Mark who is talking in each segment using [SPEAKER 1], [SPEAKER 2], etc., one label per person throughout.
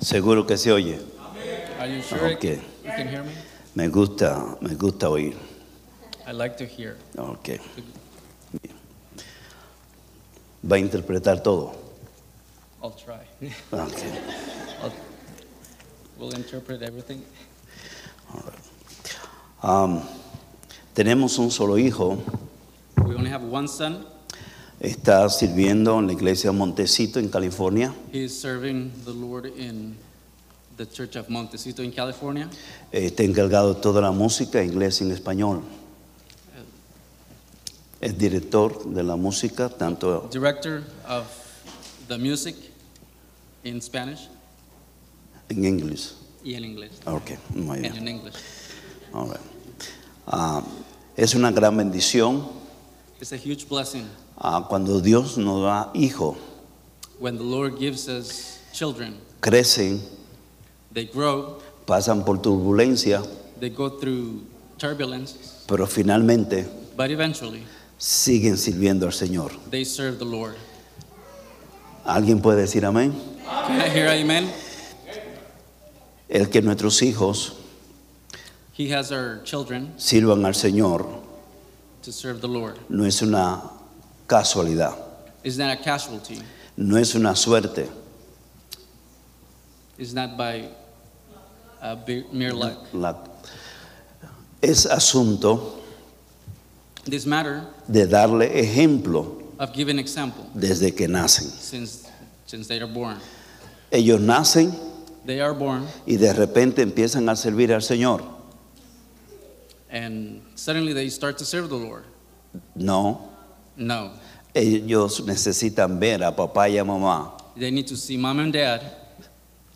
[SPEAKER 1] Seguro que se oye.
[SPEAKER 2] Are you sure it-
[SPEAKER 1] Okay.
[SPEAKER 2] you can hear me?
[SPEAKER 1] Me gusta, me gusta oír.
[SPEAKER 2] I like to hear.
[SPEAKER 1] Ok. Va a interpretar todo.
[SPEAKER 2] I'll try.
[SPEAKER 1] Ok.
[SPEAKER 2] I'll, we'll interpret everything.
[SPEAKER 1] Um, tenemos un solo hijo.
[SPEAKER 2] We only have one son.
[SPEAKER 1] Está sirviendo en la iglesia Montecito en California.
[SPEAKER 2] He is serving the Lord in the Church of Montecito in California.
[SPEAKER 1] Eh, Está encargado de toda la música, inglés y en español. Es director de la música, tanto
[SPEAKER 2] Director of the music in Spanish
[SPEAKER 1] en inglés.
[SPEAKER 2] y en inglés.
[SPEAKER 1] Ok, muy
[SPEAKER 2] And
[SPEAKER 1] bien.
[SPEAKER 2] in English.
[SPEAKER 1] All right. Ah, es una gran bendición
[SPEAKER 2] It's a huge blessing
[SPEAKER 1] ah, cuando Dios nos da hijo.
[SPEAKER 2] when the Lord gives us children.
[SPEAKER 1] Crecen,
[SPEAKER 2] They grow,
[SPEAKER 1] pasan por turbulencia,
[SPEAKER 2] they go through turbulence,
[SPEAKER 1] pero finalmente
[SPEAKER 2] but eventually
[SPEAKER 1] siguen sirviendo al Señor.
[SPEAKER 2] they serve the Lord.
[SPEAKER 1] ¿Alguien puede decir amén?
[SPEAKER 2] Can I hear amen?
[SPEAKER 1] El que nuestros hijos
[SPEAKER 2] He has our children
[SPEAKER 1] sirvan al Señor
[SPEAKER 2] to serve the Lord.
[SPEAKER 1] no es una casualidad,
[SPEAKER 2] It's not a casualty.
[SPEAKER 1] no es una suerte.
[SPEAKER 2] It's not by uh, be- mere luck.
[SPEAKER 1] La- es asunto
[SPEAKER 2] This matter
[SPEAKER 1] de darle ejemplo
[SPEAKER 2] of giving example
[SPEAKER 1] desde que nacen.
[SPEAKER 2] since since they are born.
[SPEAKER 1] Ellos nacen
[SPEAKER 2] They are born,
[SPEAKER 1] y de repente empiezan a servir al Señor.
[SPEAKER 2] and suddenly they start to serve the Lord.
[SPEAKER 1] No,
[SPEAKER 2] No,
[SPEAKER 1] ellos necesitan ver a papá y a mamá
[SPEAKER 2] they need to see mom and dad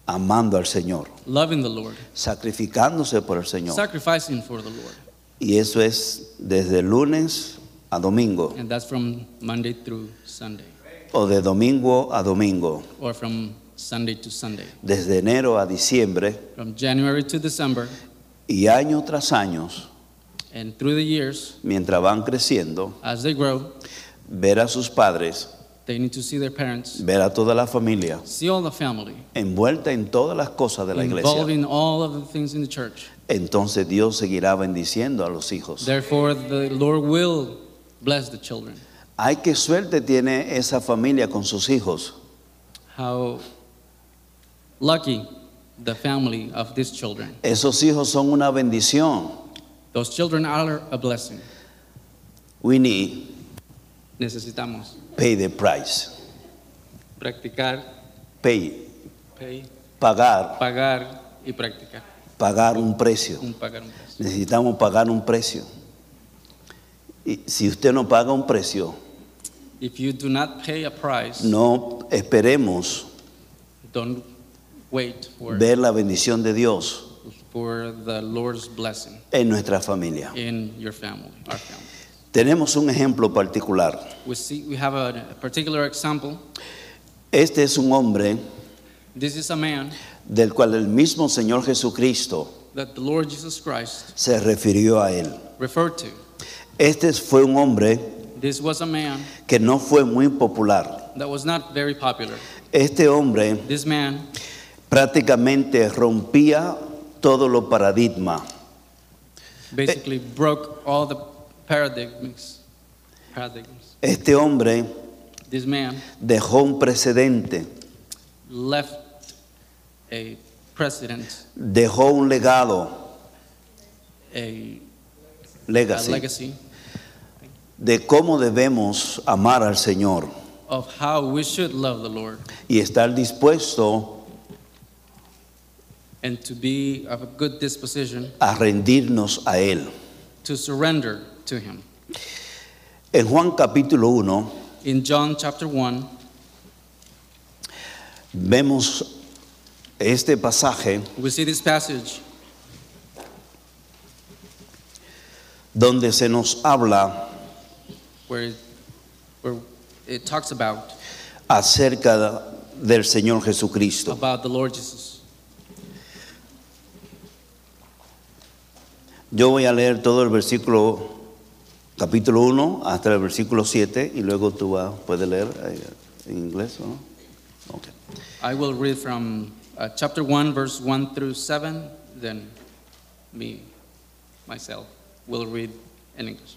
[SPEAKER 1] amando al Señor,
[SPEAKER 2] loving the Lord,
[SPEAKER 1] sacrificándose por el Señor.
[SPEAKER 2] sacrificing for the Lord,
[SPEAKER 1] Y eso es desde lunes a domingo
[SPEAKER 2] and that's from Monday through Sunday,
[SPEAKER 1] o de domingo a domingo,
[SPEAKER 2] or from Sunday to Sunday,
[SPEAKER 1] desde enero a diciembre
[SPEAKER 2] from January to December,
[SPEAKER 1] y año tras año,
[SPEAKER 2] and through the years
[SPEAKER 1] mientras van creciendo,
[SPEAKER 2] as they grow,
[SPEAKER 1] ver a sus padres,
[SPEAKER 2] they need to see their parents,
[SPEAKER 1] ver a toda la familia
[SPEAKER 2] see all the family,
[SPEAKER 1] envuelta en todas las cosas de la iglesia.
[SPEAKER 2] involving all of the things in the church.
[SPEAKER 1] Entonces Dios seguirá bendiciendo a los hijos.
[SPEAKER 2] Therefore, the Lord will bless the children.
[SPEAKER 1] Ay, qué suerte tiene esa familia con sus hijos.
[SPEAKER 2] How lucky the family of these children.
[SPEAKER 1] Esos hijos son una bendición.
[SPEAKER 2] Those children are a blessing.
[SPEAKER 1] We need
[SPEAKER 2] Necesitamos
[SPEAKER 1] pay the price.
[SPEAKER 2] practicar,
[SPEAKER 1] Pay,
[SPEAKER 2] pay,
[SPEAKER 1] pagar,
[SPEAKER 2] pagar y practicar.
[SPEAKER 1] pagar un precio.
[SPEAKER 2] Un pagar un precio.
[SPEAKER 1] Necesitamos pagar un precio. Y si usted no paga un precio,
[SPEAKER 2] If you do not pay a price,
[SPEAKER 1] no esperemos
[SPEAKER 2] don't wait for,
[SPEAKER 1] ver la bendición de Dios
[SPEAKER 2] for the Lord's blessing
[SPEAKER 1] en nuestra familia.
[SPEAKER 2] in your family, our family.
[SPEAKER 1] Tenemos un ejemplo particular.
[SPEAKER 2] We see we have a, a particular example.
[SPEAKER 1] Este es un hombre
[SPEAKER 2] This is a man
[SPEAKER 1] del cual el mismo Señor Jesucristo
[SPEAKER 2] that the Lord Jesus Christ
[SPEAKER 1] se refirió a él.
[SPEAKER 2] referred to.
[SPEAKER 1] Este fue un hombre
[SPEAKER 2] This was a man
[SPEAKER 1] que no fue muy popular.
[SPEAKER 2] that was not very popular.
[SPEAKER 1] Este hombre
[SPEAKER 2] This man
[SPEAKER 1] prácticamente rompía todo lo paradigma.
[SPEAKER 2] basically broke all the paradigms. Paradigms.
[SPEAKER 1] Este hombre
[SPEAKER 2] This man
[SPEAKER 1] dejó un precedente,
[SPEAKER 2] left a precedent,
[SPEAKER 1] dejó un legado,
[SPEAKER 2] a, a
[SPEAKER 1] legacy,
[SPEAKER 2] legacy
[SPEAKER 1] de cómo debemos amar al Señor
[SPEAKER 2] of how we should love the Lord
[SPEAKER 1] y estar dispuesto
[SPEAKER 2] and to be of a good disposition
[SPEAKER 1] a rendirnos a Él.
[SPEAKER 2] to surrender to Him.
[SPEAKER 1] En Juan capítulo 1
[SPEAKER 2] In John chapter 1,
[SPEAKER 1] vemos este pasaje
[SPEAKER 2] we see this passage
[SPEAKER 1] donde se nos habla
[SPEAKER 2] where it, where it talks about
[SPEAKER 1] acerca del Señor Jesucristo.
[SPEAKER 2] about the Lord Jesus.
[SPEAKER 1] Yo voy a leer todo el versículo, capítulo 1 hasta el versículo 7 y luego tú vas, puedes leer eh, en inglés, ¿o ¿no? Ok.
[SPEAKER 2] I will read from uh, chapter 1, verse 1 through 7, then me, myself, will read in English.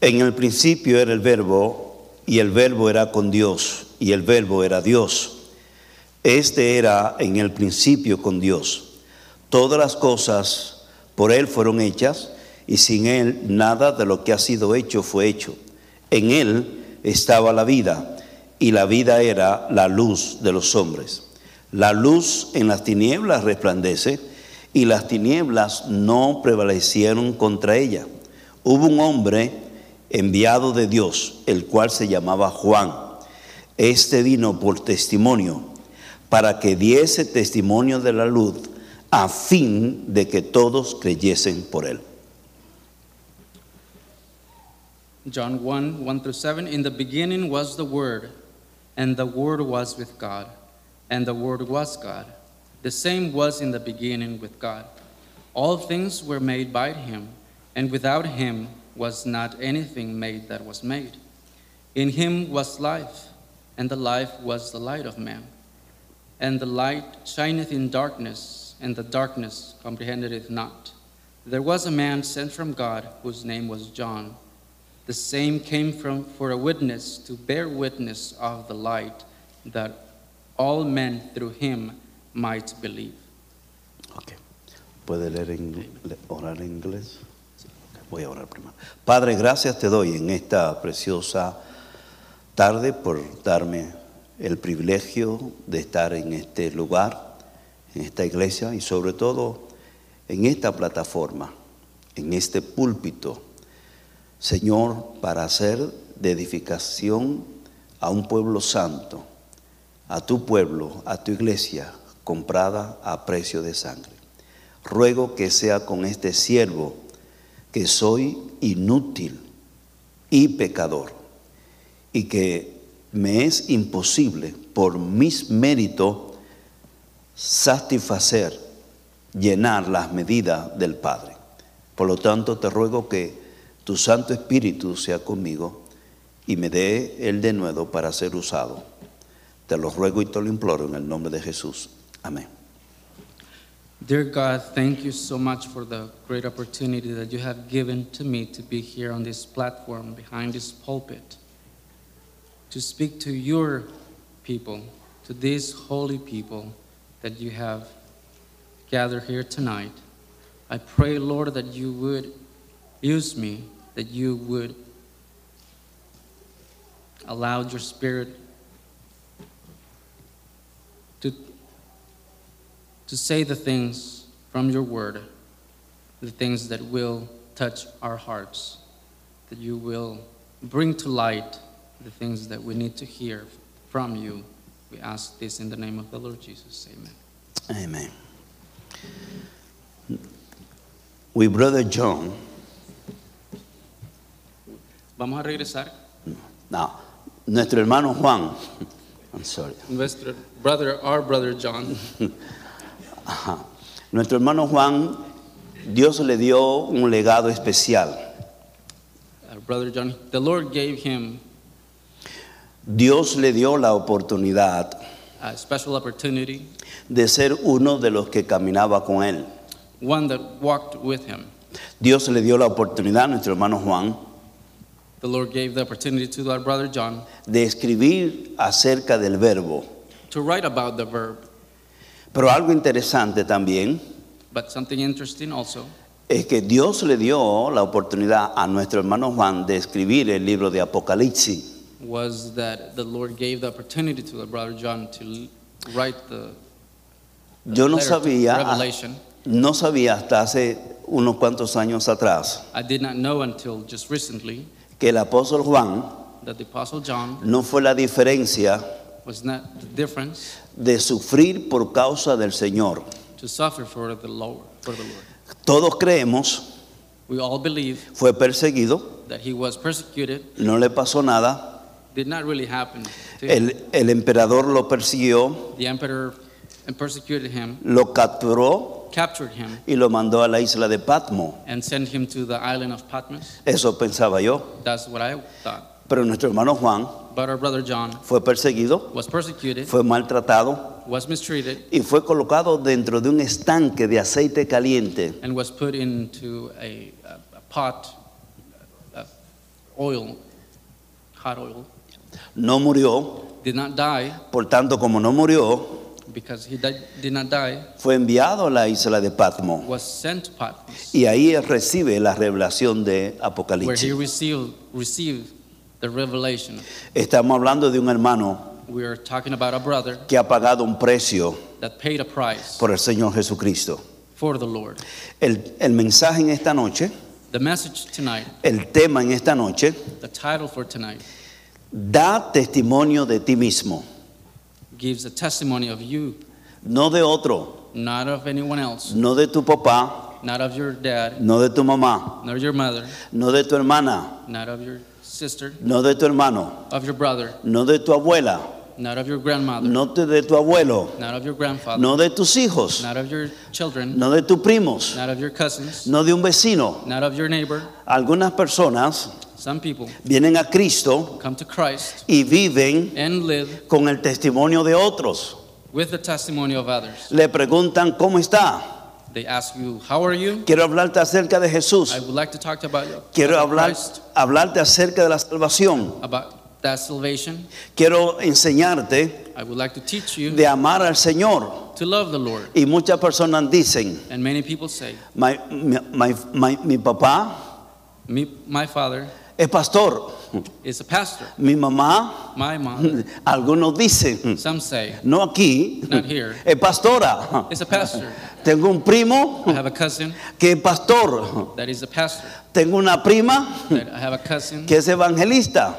[SPEAKER 1] En el principio era el verbo, y el verbo era con Dios, y el verbo era Dios. Este era en el principio con Dios. Todas las cosas por Él fueron hechas, y sin Él nada de lo que ha sido hecho fue hecho. En Él estaba la vida, y la vida era la luz de los hombres. La luz en las tinieblas resplandece, y las tinieblas no prevalecieron contra ella. Hubo un hombre enviado de Dios, el cual se llamaba Juan. Este vino por testimonio, para que diese testimonio de la luz, a fin de que todos creyesen por él.
[SPEAKER 2] John 1, 1 through 7. In the beginning was the Word, and the Word was with God, and the Word was God. The same was in the beginning with God. All things were made by Him, and without Him was not anything made that was made. In Him was life, and the life was the light of man. And the light shineth in darkness, and the darkness comprehended it not. There was a man sent from God whose name was John. The same came from for a witness to bear witness of the light that all men through him might believe.
[SPEAKER 1] Ok. ¿Puede leer en, le- orar en inglés? Ok, Voy a orar primero. Padre, gracias te doy en esta preciosa tarde por darme el privilegio de estar en este lugar, en esta iglesia y sobre todo en esta plataforma, en este púlpito. Señor, para hacer de edificación a un pueblo santo, a tu pueblo, a tu iglesia, comprada a precio de sangre. Ruego que sea con este siervo, que soy inútil y pecador, y que me es imposible por mis méritos satisfacer, llenar las medidas del Padre. Por lo tanto, te ruego que tu Santo Espíritu sea conmigo y me dé el denuedo para ser usado. Te lo ruego y te lo imploro en el nombre de Jesús. Amén.
[SPEAKER 2] Dear God, thank you so much for the great opportunity that you have given to me to be here on this platform, behind this pulpit, to speak to your people, to these holy people that you have gathered here tonight. I pray, Lord, that you would use me, that you would allow your spirit to to say the things from your word, the things that will touch our hearts, that you will bring to light the things that we need to hear from you. We ask this in the name of the Lord Jesus. Amen.
[SPEAKER 1] Amen. With Brother John,
[SPEAKER 2] Vamos a regresar.
[SPEAKER 1] now, nuestro hermano Juan, I'm sorry,
[SPEAKER 2] Nuestro brother, our brother John,
[SPEAKER 1] Ajá. nuestro hermano Juan, Dios le dio un legado especial.
[SPEAKER 2] our Uh, brother John, the Lord gave him
[SPEAKER 1] Dios le dio la oportunidad
[SPEAKER 2] a special opportunity,
[SPEAKER 1] de ser uno de los que caminaba con él.
[SPEAKER 2] one that walked with him.
[SPEAKER 1] Dios le dio la oportunidad a nuestro hermano Juan
[SPEAKER 2] The Lord gave the opportunity to our brother John
[SPEAKER 1] de escribir acerca del verbo.
[SPEAKER 2] to write about the verb,
[SPEAKER 1] Pero algo interesante también
[SPEAKER 2] but something interesting also.
[SPEAKER 1] es que Dios le dio la oportunidad a nuestro hermano Juan de escribir el libro de Apocalipsis.
[SPEAKER 2] was that the Lord gave the opportunity to the brother John to l- write the, the
[SPEAKER 1] Yo no
[SPEAKER 2] letter to
[SPEAKER 1] sabía,
[SPEAKER 2] Revelation.
[SPEAKER 1] no sabía hasta hace unos cuantos años atrás
[SPEAKER 2] I did not know until just recently
[SPEAKER 1] que el apóstol Juan
[SPEAKER 2] that the Apostle John
[SPEAKER 1] no fue la diferencia
[SPEAKER 2] was not the difference
[SPEAKER 1] de sufrir por causa del Señor.
[SPEAKER 2] to suffer for the Lord. For the Lord,
[SPEAKER 1] Todos creemos,
[SPEAKER 2] we all believe
[SPEAKER 1] fue perseguido,
[SPEAKER 2] that he was persecuted.
[SPEAKER 1] no le pasó nada,
[SPEAKER 2] Did not really happen. To him.
[SPEAKER 1] el, el emperador lo persiguió,
[SPEAKER 2] The emperor persecuted him,
[SPEAKER 1] lo capturó
[SPEAKER 2] captured him,
[SPEAKER 1] y lo mandó a la isla de Patmo.
[SPEAKER 2] and sent him to the island of Patmos.
[SPEAKER 1] Eso pensaba yo.
[SPEAKER 2] That's what I thought.
[SPEAKER 1] Pero nuestro hermano Juan
[SPEAKER 2] But our brother John
[SPEAKER 1] fue perseguido,
[SPEAKER 2] was persecuted,
[SPEAKER 1] fue maltratado,
[SPEAKER 2] was mistreated,
[SPEAKER 1] y fue colocado dentro de un estanque de aceite caliente
[SPEAKER 2] and was put into a, a, a pot of oil, hot oil.
[SPEAKER 1] no murió
[SPEAKER 2] Did not die
[SPEAKER 1] por tanto como no murió
[SPEAKER 2] because he di- did not die,
[SPEAKER 1] fue enviado a la isla de Patmos
[SPEAKER 2] was sent to Patmos,
[SPEAKER 1] y ahí él recibe la revelación de
[SPEAKER 2] where he
[SPEAKER 1] Apocalipsis
[SPEAKER 2] received, received the revelation.
[SPEAKER 1] estamos hablando de un hermano
[SPEAKER 2] We are talking about a brother
[SPEAKER 1] que ha pagado un precio
[SPEAKER 2] that paid a price
[SPEAKER 1] por el Señor Jesucristo
[SPEAKER 2] for the Lord.
[SPEAKER 1] el, el mensaje en esta noche
[SPEAKER 2] The message tonight,
[SPEAKER 1] el tema en esta noche
[SPEAKER 2] the title for tonight,
[SPEAKER 1] da testimonio de ti mismo
[SPEAKER 2] gives a testimony of you,
[SPEAKER 1] no de otro
[SPEAKER 2] not of anyone else,
[SPEAKER 1] no de tu papá
[SPEAKER 2] not of your dad,
[SPEAKER 1] no de tu mamá
[SPEAKER 2] not of your mother,
[SPEAKER 1] no de tu hermana
[SPEAKER 2] not of your sister,
[SPEAKER 1] no de tu hermano,
[SPEAKER 2] of your brother,
[SPEAKER 1] no de tu abuela,
[SPEAKER 2] not of your grandmother,
[SPEAKER 1] no te- de tu abuelo,
[SPEAKER 2] not of your grandfather,
[SPEAKER 1] no de tus hijos,
[SPEAKER 2] not of your children,
[SPEAKER 1] no de tus primos,
[SPEAKER 2] not of your cousins,
[SPEAKER 1] no de un vecino.
[SPEAKER 2] not of your neighbor.
[SPEAKER 1] Algunas personas
[SPEAKER 2] Some people
[SPEAKER 1] vienen a Cristo
[SPEAKER 2] come to Christ
[SPEAKER 1] y viven
[SPEAKER 2] and live
[SPEAKER 1] con el testimonio de otros.
[SPEAKER 2] with the testimony of others.
[SPEAKER 1] Le preguntan, ¿cómo está?
[SPEAKER 2] They ask you, How are you?
[SPEAKER 1] Quiero hablarte acerca de
[SPEAKER 2] I
[SPEAKER 1] Jesús.
[SPEAKER 2] would like to talk to about,
[SPEAKER 1] Quiero
[SPEAKER 2] about
[SPEAKER 1] hablar,
[SPEAKER 2] Christ,
[SPEAKER 1] hablarte acerca de la salvación.
[SPEAKER 2] about that salvation.
[SPEAKER 1] Quiero enseñarte
[SPEAKER 2] I would like to teach you
[SPEAKER 1] de amar al Señor.
[SPEAKER 2] to love the Lord.
[SPEAKER 1] Y muchas personas dicen,
[SPEAKER 2] And many people say,
[SPEAKER 1] "My- mi- my- my- mi papá
[SPEAKER 2] me, My father
[SPEAKER 1] es pastor,
[SPEAKER 2] is a pastor.
[SPEAKER 1] mi mamá
[SPEAKER 2] My mom,
[SPEAKER 1] Algunos dicen,
[SPEAKER 2] some say,
[SPEAKER 1] Mm. no aquí,
[SPEAKER 2] Not here.
[SPEAKER 1] es pastora.
[SPEAKER 2] is a pastor.
[SPEAKER 1] Tengo un primo
[SPEAKER 2] I have a cousin
[SPEAKER 1] que es pastor.
[SPEAKER 2] that is a pastor.
[SPEAKER 1] Tengo una prima
[SPEAKER 2] That I have a cousin
[SPEAKER 1] que es evangelista.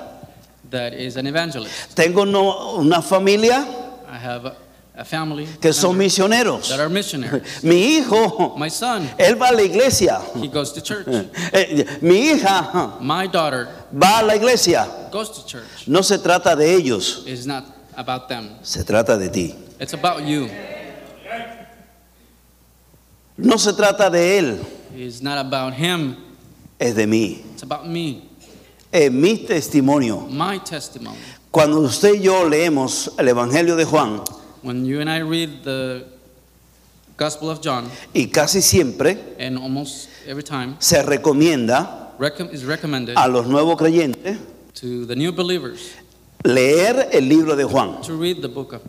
[SPEAKER 2] that is an evangelist.
[SPEAKER 1] Tengo uno- una familia
[SPEAKER 2] I have a, a family
[SPEAKER 1] que son
[SPEAKER 2] member
[SPEAKER 1] misioneros.
[SPEAKER 2] that are missionaries.
[SPEAKER 1] Mi hijo,
[SPEAKER 2] My son,
[SPEAKER 1] él va a la iglesia.
[SPEAKER 2] he goes to church.
[SPEAKER 1] Eh, Mi hija
[SPEAKER 2] My daughter
[SPEAKER 1] va a la iglesia.
[SPEAKER 2] goes to church.
[SPEAKER 1] No se trata de ellos,
[SPEAKER 2] It's not about them.
[SPEAKER 1] se trata de ti.
[SPEAKER 2] It's about you.
[SPEAKER 1] No se trata de él,
[SPEAKER 2] It's not about him.
[SPEAKER 1] es de mí.
[SPEAKER 2] It's about me.
[SPEAKER 1] Es mi testimonio.
[SPEAKER 2] My testimony.
[SPEAKER 1] Cuando usted y yo leemos el Evangelio de Juan,
[SPEAKER 2] When you and I read the Gospel of John,
[SPEAKER 1] y casi siempre
[SPEAKER 2] and almost every time
[SPEAKER 1] se recomienda
[SPEAKER 2] recom- is recommended
[SPEAKER 1] a los nuevos creyentes
[SPEAKER 2] to the new believers
[SPEAKER 1] leer el libro de Juan.
[SPEAKER 2] to read the book of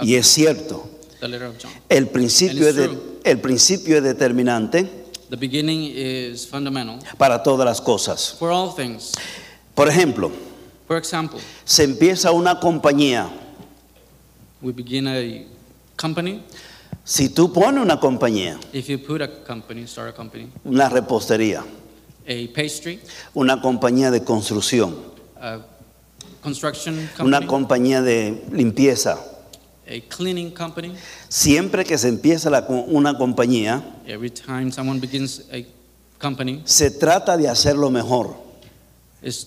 [SPEAKER 1] Y es cierto,
[SPEAKER 2] the letter of John.
[SPEAKER 1] el principio, es,
[SPEAKER 2] And it's
[SPEAKER 1] de- el principio es determinante
[SPEAKER 2] The beginning is fundamental
[SPEAKER 1] para todas las cosas.
[SPEAKER 2] for all things.
[SPEAKER 1] Por ejemplo,
[SPEAKER 2] For example,
[SPEAKER 1] se empieza una compañía.
[SPEAKER 2] we begin a company.
[SPEAKER 1] Si tú pones una compañía,
[SPEAKER 2] If you put a company, start a company,
[SPEAKER 1] una repostería,
[SPEAKER 2] a pastry,
[SPEAKER 1] una compañía de construcción,
[SPEAKER 2] a construction
[SPEAKER 1] una
[SPEAKER 2] company,
[SPEAKER 1] compañía de limpieza,
[SPEAKER 2] a cleaning company.
[SPEAKER 1] siempre que se empieza la co- una compañía,
[SPEAKER 2] Every time someone begins a company,
[SPEAKER 1] se trata de hacerlo mejor,
[SPEAKER 2] is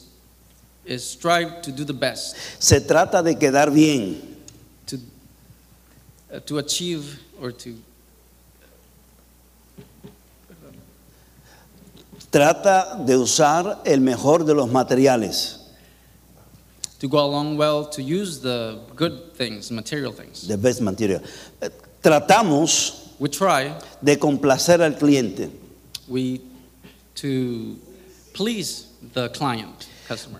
[SPEAKER 2] is strive to do the best,
[SPEAKER 1] se trata de quedar bien,
[SPEAKER 2] to uh, to achieve or to
[SPEAKER 1] trata de usar el mejor de los materiales,
[SPEAKER 2] to go along well, to use the good things, material things.
[SPEAKER 1] the best material. Eh, Tratamos
[SPEAKER 2] We try,
[SPEAKER 1] de complacer al cliente.
[SPEAKER 2] we to please the client, customer.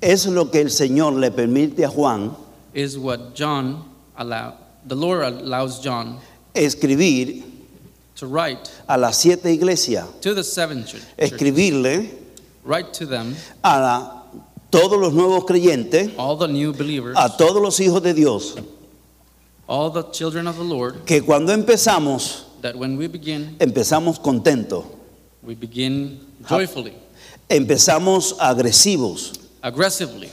[SPEAKER 1] Es lo que el Señor le permite a Juan
[SPEAKER 2] Is what John allow the Lord allows John
[SPEAKER 1] escribir
[SPEAKER 2] to write
[SPEAKER 1] a las siete iglesias,
[SPEAKER 2] to the seven church, churches.
[SPEAKER 1] escribirle
[SPEAKER 2] write to them,
[SPEAKER 1] a la- todos los nuevos creyentes,
[SPEAKER 2] all the new believers,
[SPEAKER 1] a todos los hijos de Dios,
[SPEAKER 2] all the children of the Lord,
[SPEAKER 1] que cuando empezamos,
[SPEAKER 2] that when we begin,
[SPEAKER 1] empezamos contentos,
[SPEAKER 2] we begin joyfully,
[SPEAKER 1] empezamos agresivos.
[SPEAKER 2] aggressively.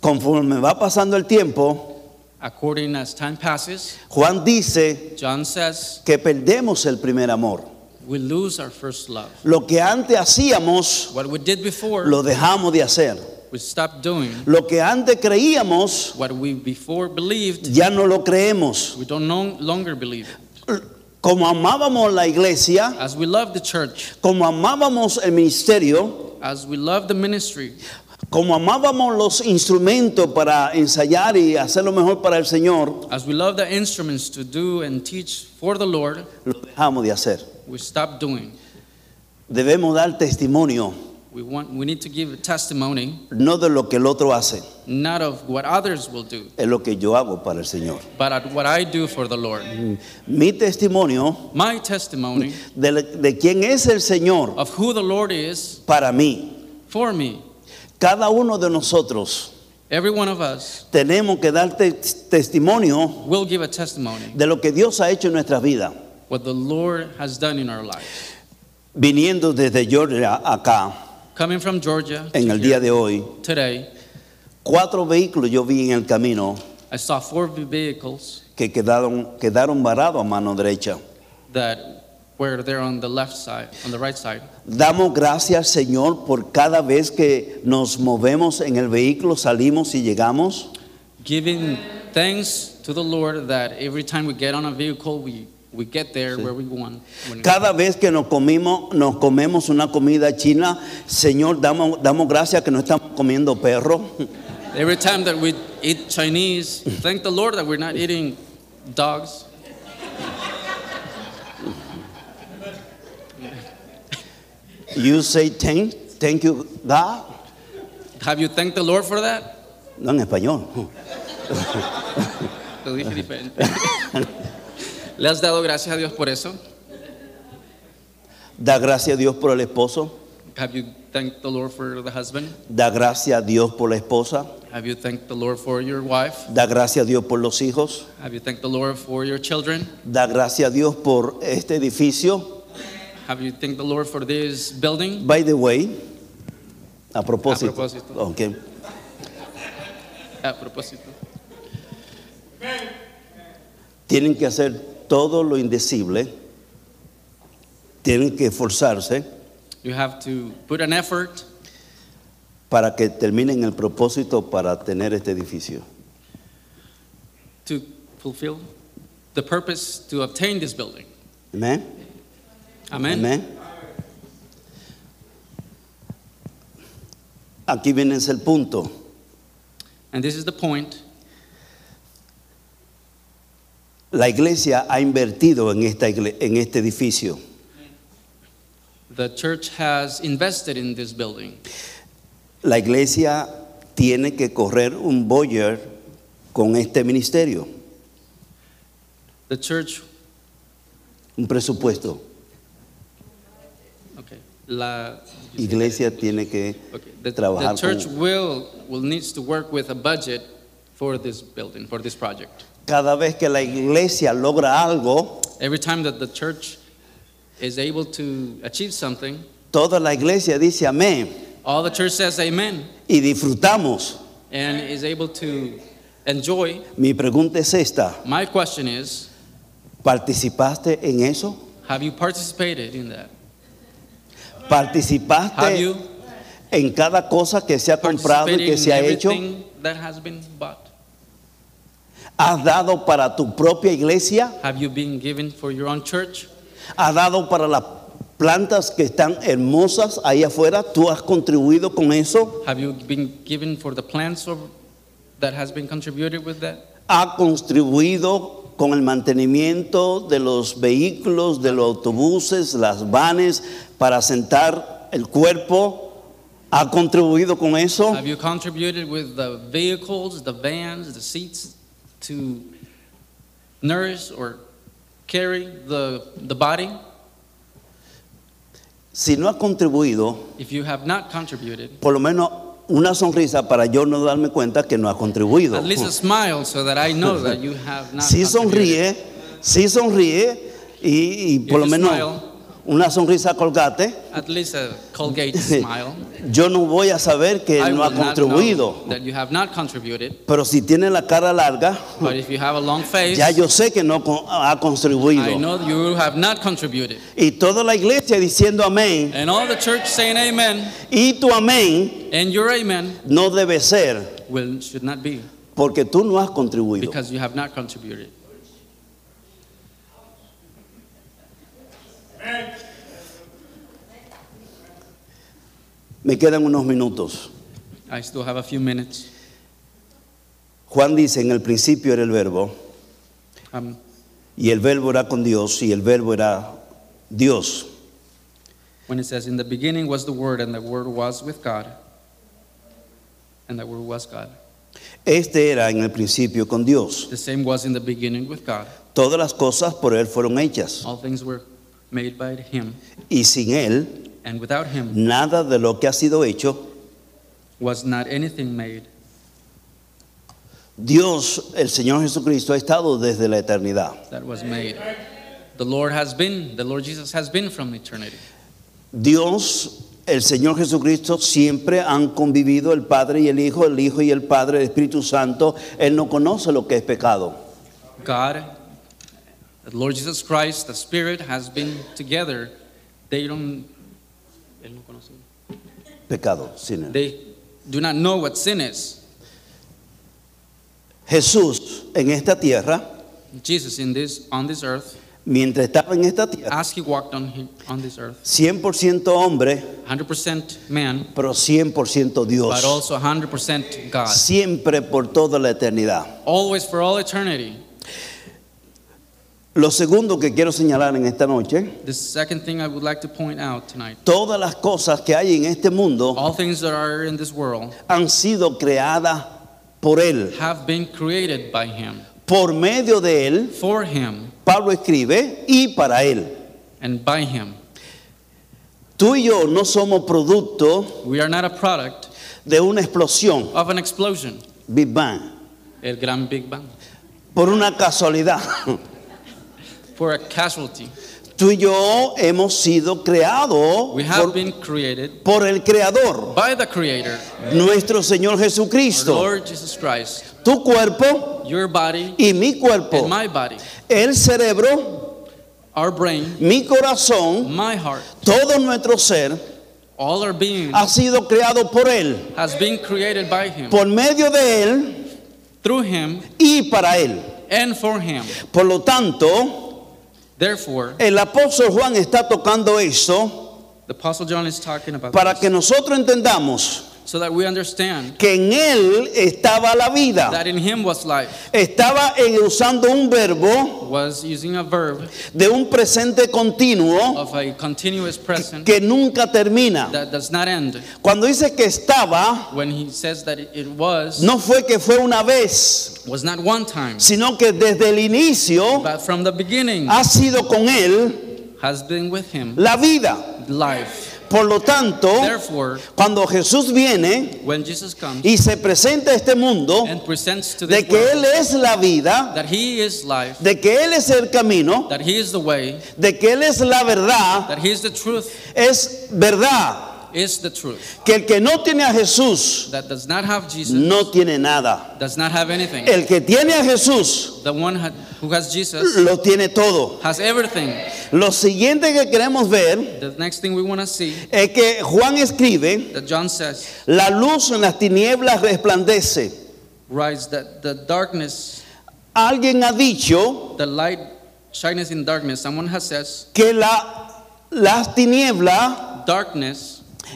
[SPEAKER 1] Conforme va pasando el tiempo,
[SPEAKER 2] According as time passes,
[SPEAKER 1] Juan dice
[SPEAKER 2] John says
[SPEAKER 1] que perdemos el primer amor.
[SPEAKER 2] we lose our first love.
[SPEAKER 1] Lo que antes hacíamos,
[SPEAKER 2] What we did before,
[SPEAKER 1] lo dejamos de hacer.
[SPEAKER 2] we stopped doing.
[SPEAKER 1] Lo que antes creíamos,
[SPEAKER 2] What we before believed,
[SPEAKER 1] ya no lo creemos.
[SPEAKER 2] we don't no longer believe.
[SPEAKER 1] Como amábamos la iglesia,
[SPEAKER 2] As we love the church,
[SPEAKER 1] como amábamos el ministerio,
[SPEAKER 2] as we love the ministry,
[SPEAKER 1] Como amábamos los instrumentos para ensayar y hacer lo mejor para el Señor,
[SPEAKER 2] As we love the instruments to do and teach for the Lord,
[SPEAKER 1] lo dejamos de hacer.
[SPEAKER 2] we stop doing.
[SPEAKER 1] Debemos dar testimonio,
[SPEAKER 2] We want we need to give a testimony
[SPEAKER 1] no de lo que el otro hace,
[SPEAKER 2] not of what others will do,
[SPEAKER 1] es lo que yo hago para el Señor.
[SPEAKER 2] but at what I do for the Lord.
[SPEAKER 1] Mi testimonio
[SPEAKER 2] My testimony
[SPEAKER 1] de, de quién es el Señor
[SPEAKER 2] of who the Lord is
[SPEAKER 1] para mí.
[SPEAKER 2] for me.
[SPEAKER 1] Cada uno de nosotros
[SPEAKER 2] Every one of us
[SPEAKER 1] tenemos que dar te- testimonio
[SPEAKER 2] will give a testimony
[SPEAKER 1] de lo que Dios ha hecho en nuestra vida.
[SPEAKER 2] what the Lord has done in our lives.
[SPEAKER 1] Viniendo desde Georgia acá,
[SPEAKER 2] Coming from Georgia
[SPEAKER 1] en el día de hoy,
[SPEAKER 2] today,
[SPEAKER 1] cuatro vehículos yo vi en el camino
[SPEAKER 2] I saw four vehicles
[SPEAKER 1] que quedaron, quedaron varados a mano derecha.
[SPEAKER 2] that were there on the left side, on the right side.
[SPEAKER 1] Damos gracias al Señor por cada vez que nos movemos en el vehículo, salimos y llegamos.
[SPEAKER 2] Giving thanks to the Lord that every time we get on a vehicle, we, we get there where we want. When
[SPEAKER 1] Cada vez que nos, comimos, nos comemos una comida china, Señor, damos, damos gracias que no estamos comiendo perro.
[SPEAKER 2] every time that we eat Chinese, thank the Lord that we're not eating dogs.
[SPEAKER 1] You say thank, thank you God.
[SPEAKER 2] Have you thanked the Lord for that?
[SPEAKER 1] No en español.
[SPEAKER 2] Lo dije diferente. ¿Le has dado gracias a Dios por eso?
[SPEAKER 1] Da gracias a Dios por el esposo.
[SPEAKER 2] Have you thanked the Lord for the husband?
[SPEAKER 1] Da gracias a Dios por la esposa.
[SPEAKER 2] Have you thanked the Lord for your wife?
[SPEAKER 1] Da gracias a Dios por los hijos.
[SPEAKER 2] Have you thanked the Lord for your children?
[SPEAKER 1] Da gracias a Dios por este edificio.
[SPEAKER 2] Have you thanked the Lord for this building?
[SPEAKER 1] By the way, a propósito.
[SPEAKER 2] A propósito.
[SPEAKER 1] Ok.
[SPEAKER 2] A propósito.
[SPEAKER 1] Tienen que hacer todo lo indecible. Tienen que esforzarse
[SPEAKER 2] You have to put an effort
[SPEAKER 1] para que terminen el propósito para tener este edificio.
[SPEAKER 2] to fulfill the purpose to obtain this building.
[SPEAKER 1] Amén.
[SPEAKER 2] Amen.
[SPEAKER 1] Amén. Aquí viene el punto.
[SPEAKER 2] And this is the point.
[SPEAKER 1] La iglesia ha invertido en, esta igle- en este edificio.
[SPEAKER 2] The church has invested in this building.
[SPEAKER 1] La iglesia tiene que correr un boyer con este ministerio,
[SPEAKER 2] The church,
[SPEAKER 1] un presupuesto.
[SPEAKER 2] okay, la,
[SPEAKER 1] Iglesia tiene que
[SPEAKER 2] okay, the, the
[SPEAKER 1] trabajar
[SPEAKER 2] church
[SPEAKER 1] con-
[SPEAKER 2] will will needs to work with a budget for this building for this project.
[SPEAKER 1] Cada vez que la iglesia logra algo,
[SPEAKER 2] Every time that the church is able to achieve something,
[SPEAKER 1] toda la iglesia dice amén
[SPEAKER 2] all the church says amen
[SPEAKER 1] y disfrutamos.
[SPEAKER 2] and is able to enjoy.
[SPEAKER 1] Mi pregunta es esta,
[SPEAKER 2] My question is,
[SPEAKER 1] ¿participaste en eso?
[SPEAKER 2] have you participated in that? Have
[SPEAKER 1] ¿Participaste
[SPEAKER 2] you
[SPEAKER 1] en cada cosa que se ha comprado y
[SPEAKER 2] participated
[SPEAKER 1] que
[SPEAKER 2] in
[SPEAKER 1] se ha hecho?
[SPEAKER 2] everything that has been bought?
[SPEAKER 1] ¿Has dado para tu propia iglesia?
[SPEAKER 2] Have you been given for your own church?
[SPEAKER 1] ha dado para las plantas que están hermosas ahí afuera. Tú has contribuido con eso.
[SPEAKER 2] Have you been given for the plants of, that has been contributed with that?
[SPEAKER 1] Ha contribuido con el mantenimiento de los vehículos, de los autobuses, las vanes para sentar el cuerpo. Ha contribuido con eso.
[SPEAKER 2] Have you contributed with the vehicles, the vans, the seats to nourish or carry the, the body?
[SPEAKER 1] Si no ha contribuido,
[SPEAKER 2] If you have not contributed,
[SPEAKER 1] por lo menos una sonrisa para yo no darme cuenta que no ha contribuido.
[SPEAKER 2] at least a smile so that I know that you have not
[SPEAKER 1] Si sonríe,
[SPEAKER 2] contributed.
[SPEAKER 1] si sonríe y, y por
[SPEAKER 2] If
[SPEAKER 1] lo
[SPEAKER 2] you
[SPEAKER 1] menos
[SPEAKER 2] smile.
[SPEAKER 1] una sonrisa colgate.
[SPEAKER 2] At least a Colgate smile.
[SPEAKER 1] Yo no voy a saber que
[SPEAKER 2] I
[SPEAKER 1] él no ha
[SPEAKER 2] will not
[SPEAKER 1] contribuido.
[SPEAKER 2] know That you have not contributed,
[SPEAKER 1] Pero si tiene la cara larga,
[SPEAKER 2] but if you have a long face,
[SPEAKER 1] ya yo sé que no con- ha
[SPEAKER 2] I
[SPEAKER 1] contribuido.
[SPEAKER 2] know that you have not contributed.
[SPEAKER 1] Y toda la iglesia diciendo amén.
[SPEAKER 2] And all the church saying amen
[SPEAKER 1] Y tu amén
[SPEAKER 2] and your amen
[SPEAKER 1] no debe ser
[SPEAKER 2] will should not be
[SPEAKER 1] porque tú no has contribuido.
[SPEAKER 2] because you have not contributed.
[SPEAKER 1] Me quedan unos minutos.
[SPEAKER 2] I still have a few minutes.
[SPEAKER 1] Juan dice, en el principio era el verbo,
[SPEAKER 2] Um,
[SPEAKER 1] y el verbo era con Dios, y el verbo era Dios.
[SPEAKER 2] when it says, In the beginning was the Word, and the Word was with God, and the Word was God.
[SPEAKER 1] Este era en el principio con Dios.
[SPEAKER 2] The same was in the beginning with God.
[SPEAKER 1] Todas las cosas por Él fueron hechas,
[SPEAKER 2] All things were made by Him,
[SPEAKER 1] y sin Él
[SPEAKER 2] and without Him
[SPEAKER 1] nada de lo que ha sido hecho,
[SPEAKER 2] was not anything made.
[SPEAKER 1] Dios, el Señor Jesucristo, ha estado desde la eternidad.
[SPEAKER 2] that was made. The Lord has been, the Lord Jesus has been from eternity.
[SPEAKER 1] Dios, el Señor Jesucristo, siempre han convivido el Padre y el Hijo, el Hijo y el Padre, el Espíritu Santo. Él no conoce lo que es pecado.
[SPEAKER 2] God, the Lord Jesus Christ, the Spirit has been together. They don't, Él no conoce.
[SPEAKER 1] Pecado, sin él.
[SPEAKER 2] they do not know what sin is.
[SPEAKER 1] Jesús en esta tierra,
[SPEAKER 2] Jesus in this on this earth,
[SPEAKER 1] mientras estaba en esta tierra,
[SPEAKER 2] as he walked on he- on this earth,
[SPEAKER 1] 100% hombre,
[SPEAKER 2] 100% man,
[SPEAKER 1] pero 100%
[SPEAKER 2] but
[SPEAKER 1] Dios.
[SPEAKER 2] also 100% God,
[SPEAKER 1] Siempre por toda la eternidad.
[SPEAKER 2] always for all eternity.
[SPEAKER 1] Lo segundo que quiero señalar en esta noche,
[SPEAKER 2] The second thing I would like to point out tonight,
[SPEAKER 1] todas las cosas que hay en este mundo
[SPEAKER 2] all things that are in this world
[SPEAKER 1] han sido creadas por Él.
[SPEAKER 2] have been created by him.
[SPEAKER 1] Por medio de Él,
[SPEAKER 2] for him
[SPEAKER 1] Pablo escribe, y para Él.
[SPEAKER 2] and by him.
[SPEAKER 1] Tú y yo no somos producto
[SPEAKER 2] We are not a product
[SPEAKER 1] de una explosión,
[SPEAKER 2] of an explosion,
[SPEAKER 1] Big Bang,
[SPEAKER 2] El Gran Big Bang,
[SPEAKER 1] por una casualidad.
[SPEAKER 2] for a casualty.
[SPEAKER 1] Tú y yo hemos sido creados
[SPEAKER 2] We have
[SPEAKER 1] por,
[SPEAKER 2] been created
[SPEAKER 1] por el Creador,
[SPEAKER 2] by the Creator,
[SPEAKER 1] nuestro Señor
[SPEAKER 2] our
[SPEAKER 1] Jesucristo.
[SPEAKER 2] Lord Jesus Christ.
[SPEAKER 1] Tu cuerpo
[SPEAKER 2] Your body
[SPEAKER 1] y mi cuerpo,
[SPEAKER 2] and my body,
[SPEAKER 1] el cerebro,
[SPEAKER 2] our brain,
[SPEAKER 1] mi corazón,
[SPEAKER 2] my heart,
[SPEAKER 1] todo nuestro ser
[SPEAKER 2] all our being
[SPEAKER 1] ha sido creado por Él,
[SPEAKER 2] has been created by him,
[SPEAKER 1] por medio de Él
[SPEAKER 2] through him
[SPEAKER 1] y para Él.
[SPEAKER 2] and for him.
[SPEAKER 1] Por lo tanto,
[SPEAKER 2] Therefore,
[SPEAKER 1] el apóstol Juan está tocando esto
[SPEAKER 2] the Apostle John is talking about
[SPEAKER 1] para
[SPEAKER 2] this,
[SPEAKER 1] que nosotros entendamos
[SPEAKER 2] so that we understand
[SPEAKER 1] que en él estaba la vida.
[SPEAKER 2] that in him was life,
[SPEAKER 1] Estaba en- usando un verbo
[SPEAKER 2] was using a verb
[SPEAKER 1] de un presente continuo
[SPEAKER 2] of a continuous present
[SPEAKER 1] que nunca termina.
[SPEAKER 2] that does not end.
[SPEAKER 1] Cuando dice que estaba,
[SPEAKER 2] when he says that it was
[SPEAKER 1] no fue que fue una vez,
[SPEAKER 2] was not one time
[SPEAKER 1] sino que desde el inicio
[SPEAKER 2] but from the beginning
[SPEAKER 1] ha sido con él
[SPEAKER 2] has been with him
[SPEAKER 1] la vida.
[SPEAKER 2] life
[SPEAKER 1] Por lo tanto,
[SPEAKER 2] therefore
[SPEAKER 1] cuando Jesús viene
[SPEAKER 2] when jesus comes
[SPEAKER 1] y se presenta a este mundo
[SPEAKER 2] and presents to
[SPEAKER 1] de
[SPEAKER 2] this
[SPEAKER 1] que él
[SPEAKER 2] world
[SPEAKER 1] es la vida,
[SPEAKER 2] that he is life
[SPEAKER 1] de que él es el camino,
[SPEAKER 2] that he is the way
[SPEAKER 1] de que él es la verdad,
[SPEAKER 2] that he is the truth
[SPEAKER 1] es verdad.
[SPEAKER 2] is the truth
[SPEAKER 1] que el que no tiene a Jesús
[SPEAKER 2] that does not have jesus
[SPEAKER 1] no tiene nada.
[SPEAKER 2] does not have anything
[SPEAKER 1] El que tiene a Jesús
[SPEAKER 2] the one ha- who has jesus
[SPEAKER 1] lo tiene todo.
[SPEAKER 2] has everything
[SPEAKER 1] Lo siguiente que queremos ver
[SPEAKER 2] the next thing we want to see
[SPEAKER 1] es que Juan escribe,
[SPEAKER 2] that john says
[SPEAKER 1] la luz en las tinieblas resplandece.
[SPEAKER 2] rise that the darkness
[SPEAKER 1] Alguien ha dicho
[SPEAKER 2] the light shines in darkness someone has says
[SPEAKER 1] que la, las tinieblas
[SPEAKER 2] darkness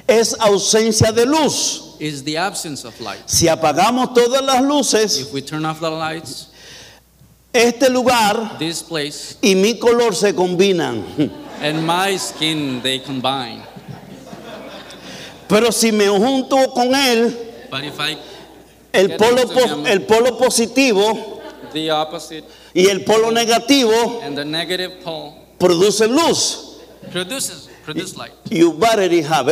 [SPEAKER 1] es ausencia de luz.
[SPEAKER 2] is the absence of light.
[SPEAKER 1] Si apagamos todas las luces,
[SPEAKER 2] If we turn off the lights,
[SPEAKER 1] este lugar
[SPEAKER 2] this place
[SPEAKER 1] y mi color se combinan.
[SPEAKER 2] and my skin they combine.
[SPEAKER 1] Pero si me junto con él,
[SPEAKER 2] But if I
[SPEAKER 1] el polo, po- el polo positivo
[SPEAKER 2] the opposite
[SPEAKER 1] y el polo negativo
[SPEAKER 2] and the negative pole
[SPEAKER 1] produce luz.
[SPEAKER 2] produces produce light.
[SPEAKER 1] You battery have,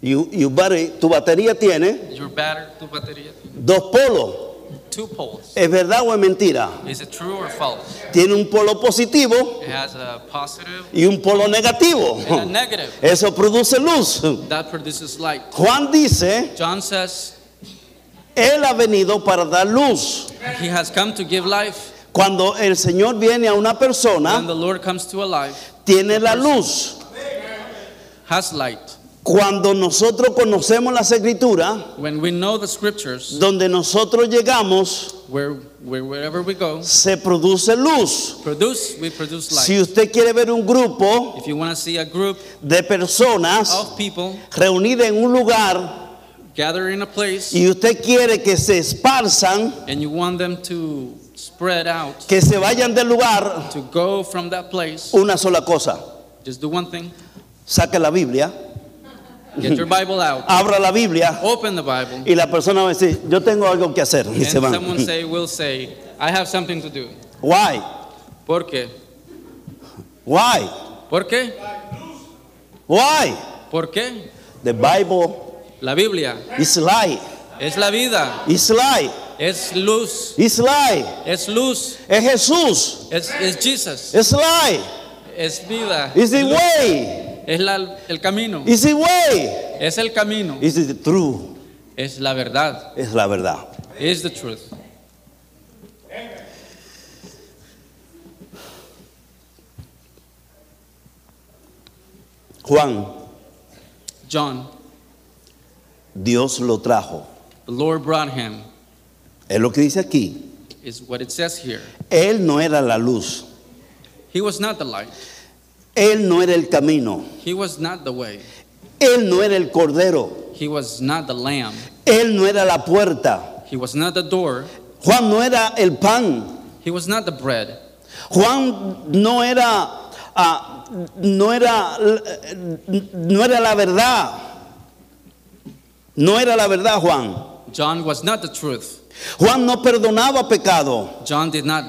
[SPEAKER 1] you, you battery, tu batería tiene
[SPEAKER 2] Your battery, tu batería,
[SPEAKER 1] dos polos.
[SPEAKER 2] two poles.
[SPEAKER 1] ¿Es verdad o es mentira?
[SPEAKER 2] Is it true or false?
[SPEAKER 1] Tiene un polo positivo
[SPEAKER 2] It has a positive
[SPEAKER 1] y un polo negativo.
[SPEAKER 2] and a negative.
[SPEAKER 1] Eso produce luz.
[SPEAKER 2] That produces light.
[SPEAKER 1] Juan dice,
[SPEAKER 2] John says
[SPEAKER 1] Él ha venido para dar luz.
[SPEAKER 2] he has come to give life.
[SPEAKER 1] Cuando el Señor viene a una
[SPEAKER 2] When
[SPEAKER 1] persona,
[SPEAKER 2] the Lord comes to a life,
[SPEAKER 1] tiene la luz.
[SPEAKER 2] has light.
[SPEAKER 1] Cuando nosotros conocemos las escrituras,
[SPEAKER 2] When we know the scriptures,
[SPEAKER 1] donde nosotros llegamos,
[SPEAKER 2] where, where wherever we go,
[SPEAKER 1] se produce luz.
[SPEAKER 2] Produce, we produce light.
[SPEAKER 1] Si usted quiere ver un grupo
[SPEAKER 2] if you want to see a group Oh.
[SPEAKER 1] de personas
[SPEAKER 2] of people
[SPEAKER 1] reunidas en un lugar
[SPEAKER 2] gather in a place
[SPEAKER 1] y usted quiere que se esparzan,
[SPEAKER 2] and you want them to spread out,
[SPEAKER 1] que se vayan del lugar,
[SPEAKER 2] to go from that place,
[SPEAKER 1] una sola cosa.
[SPEAKER 2] just do one thing
[SPEAKER 1] Saque la Biblia,
[SPEAKER 2] get your Bible out,
[SPEAKER 1] abra la Biblia
[SPEAKER 2] open the Bible,
[SPEAKER 1] y la persona va a decir, yo tengo algo que hacer. Y
[SPEAKER 2] and
[SPEAKER 1] se van.
[SPEAKER 2] someone say, will say, I have something to do.
[SPEAKER 1] Why?
[SPEAKER 2] ¿Por qué?
[SPEAKER 1] Why?
[SPEAKER 2] ¿Por qué?
[SPEAKER 1] Why?
[SPEAKER 2] ¿Por qué?
[SPEAKER 1] The Bible
[SPEAKER 2] La Biblia
[SPEAKER 1] is lie,
[SPEAKER 2] es la vida,
[SPEAKER 1] is lie,
[SPEAKER 2] es luz,
[SPEAKER 1] is lie.
[SPEAKER 2] es luz,
[SPEAKER 1] Es Jesús,
[SPEAKER 2] es, es Jesus,
[SPEAKER 1] es lie,
[SPEAKER 2] es vida,
[SPEAKER 1] is the way,
[SPEAKER 2] es la- el camino,
[SPEAKER 1] is the way,
[SPEAKER 2] es el camino,
[SPEAKER 1] is the true,
[SPEAKER 2] es la verdad,
[SPEAKER 1] es la verdad.
[SPEAKER 2] es the truth.
[SPEAKER 1] Juan,
[SPEAKER 2] John,
[SPEAKER 1] Dios lo trajo.
[SPEAKER 2] the Lord brought him,
[SPEAKER 1] Es lo que dice aquí.
[SPEAKER 2] is what it says here.
[SPEAKER 1] Él no era la luz,
[SPEAKER 2] He was not the light,
[SPEAKER 1] él no era el camino,
[SPEAKER 2] he was not the way,
[SPEAKER 1] él no era el cordero,
[SPEAKER 2] he was not the lamb,
[SPEAKER 1] él no era la puerta.
[SPEAKER 2] he was not the door,
[SPEAKER 1] Juan no era el pan,
[SPEAKER 2] he was not the bread,
[SPEAKER 1] Juan no era, ah, no era, no era la verdad. No era la verdad, Juan.
[SPEAKER 2] John was not the truth.
[SPEAKER 1] Juan no perdonaba pecado.
[SPEAKER 2] John did not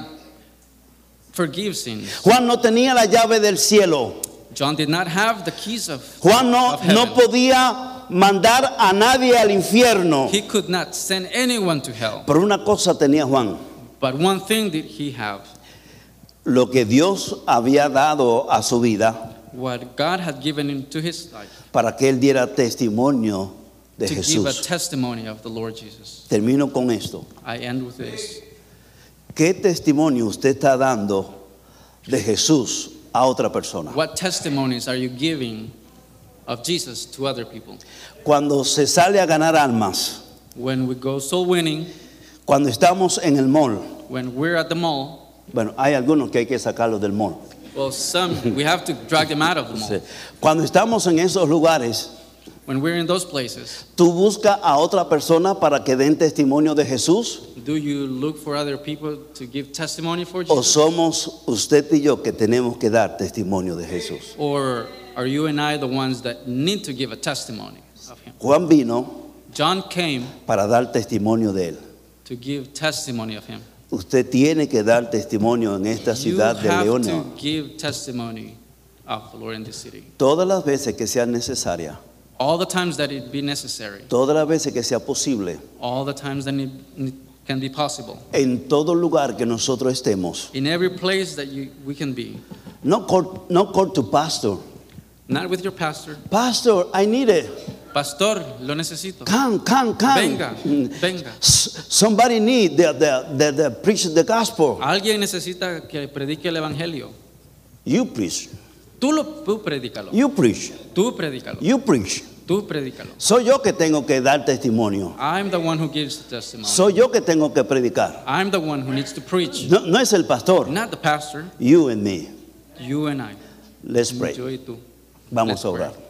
[SPEAKER 2] forgive sins.
[SPEAKER 1] Juan no tenía la llave del cielo.
[SPEAKER 2] John did not have the keys of.
[SPEAKER 1] Juan no,
[SPEAKER 2] Of heaven.
[SPEAKER 1] no podía mandar a nadie al infierno.
[SPEAKER 2] He could not send anyone to hell.
[SPEAKER 1] Pero una cosa tenía Juan.
[SPEAKER 2] But one thing did he have.
[SPEAKER 1] Lo que Dios había dado a su vida
[SPEAKER 2] What God had given him to his life
[SPEAKER 1] para que él diera testimonio de
[SPEAKER 2] to give a
[SPEAKER 1] Jesús.
[SPEAKER 2] testimony of the Lord Jesus.
[SPEAKER 1] Termino con esto.
[SPEAKER 2] I end with this.
[SPEAKER 1] ¿Qué testimonio usted está dando de Jesús a otra persona?
[SPEAKER 2] What testimonies are you giving of Jesus to other people?
[SPEAKER 1] Cuando se sale a ganar almas,
[SPEAKER 2] When we go soul winning,
[SPEAKER 1] cuando estamos en el mall,
[SPEAKER 2] when we're at the mall,
[SPEAKER 1] bueno, hay algunos que hay que sacarlos del mall.
[SPEAKER 2] well, some we have to drag them out of the
[SPEAKER 1] Sí.
[SPEAKER 2] mall.
[SPEAKER 1] Cuando estamos en esos lugares,
[SPEAKER 2] When we're in those places,
[SPEAKER 1] ¿tú buscas a otra persona para que den testimonio de Jesús?
[SPEAKER 2] do you look for other people to give testimony for
[SPEAKER 1] ¿O
[SPEAKER 2] Jesus?
[SPEAKER 1] somos usted y yo que tenemos que dar testimonio de Jesús?
[SPEAKER 2] Or are you and I the ones that need to give a testimony of him?
[SPEAKER 1] Juan vino
[SPEAKER 2] John came
[SPEAKER 1] para dar testimonio de él.
[SPEAKER 2] to give testimony of him.
[SPEAKER 1] Usted tiene que dar testimonio en esta
[SPEAKER 2] you
[SPEAKER 1] ciudad de
[SPEAKER 2] have to
[SPEAKER 1] León.
[SPEAKER 2] give testimony of the Lord in this city.
[SPEAKER 1] Todas las veces que sea necesaria,
[SPEAKER 2] All the times that it be necessary,
[SPEAKER 1] todas las veces que sea posible,
[SPEAKER 2] all the times that it it can be possible.
[SPEAKER 1] en todo lugar que nosotros estemos.
[SPEAKER 2] In every place that you, we can be.
[SPEAKER 1] No call, no call to pastor.
[SPEAKER 2] Not with your pastor.
[SPEAKER 1] Pastor, I need it.
[SPEAKER 2] Pastor, lo necesito.
[SPEAKER 1] Come, come, come. Mm.
[SPEAKER 2] Venga, venga.
[SPEAKER 1] S- Somebody need the, the, the, the preach the gospel.
[SPEAKER 2] Alguien necesita que predique el evangelio.
[SPEAKER 1] You preach.
[SPEAKER 2] Tú lo tú predícalo.
[SPEAKER 1] You preach.
[SPEAKER 2] Tú predícalo.
[SPEAKER 1] You preach.
[SPEAKER 2] Tú predícalo.
[SPEAKER 1] Soy yo que tengo que dar testimonio.
[SPEAKER 2] I'm the one who gives the testimony.
[SPEAKER 1] Soy yo que tengo que predicar.
[SPEAKER 2] I'm the one who needs to preach.
[SPEAKER 1] No, no es el pastor.
[SPEAKER 2] Not the pastor,
[SPEAKER 1] You and me.
[SPEAKER 2] you and I.
[SPEAKER 1] Let's pray.
[SPEAKER 2] Yo y tú.
[SPEAKER 1] Vamos a
[SPEAKER 2] Let's pray.
[SPEAKER 1] orar.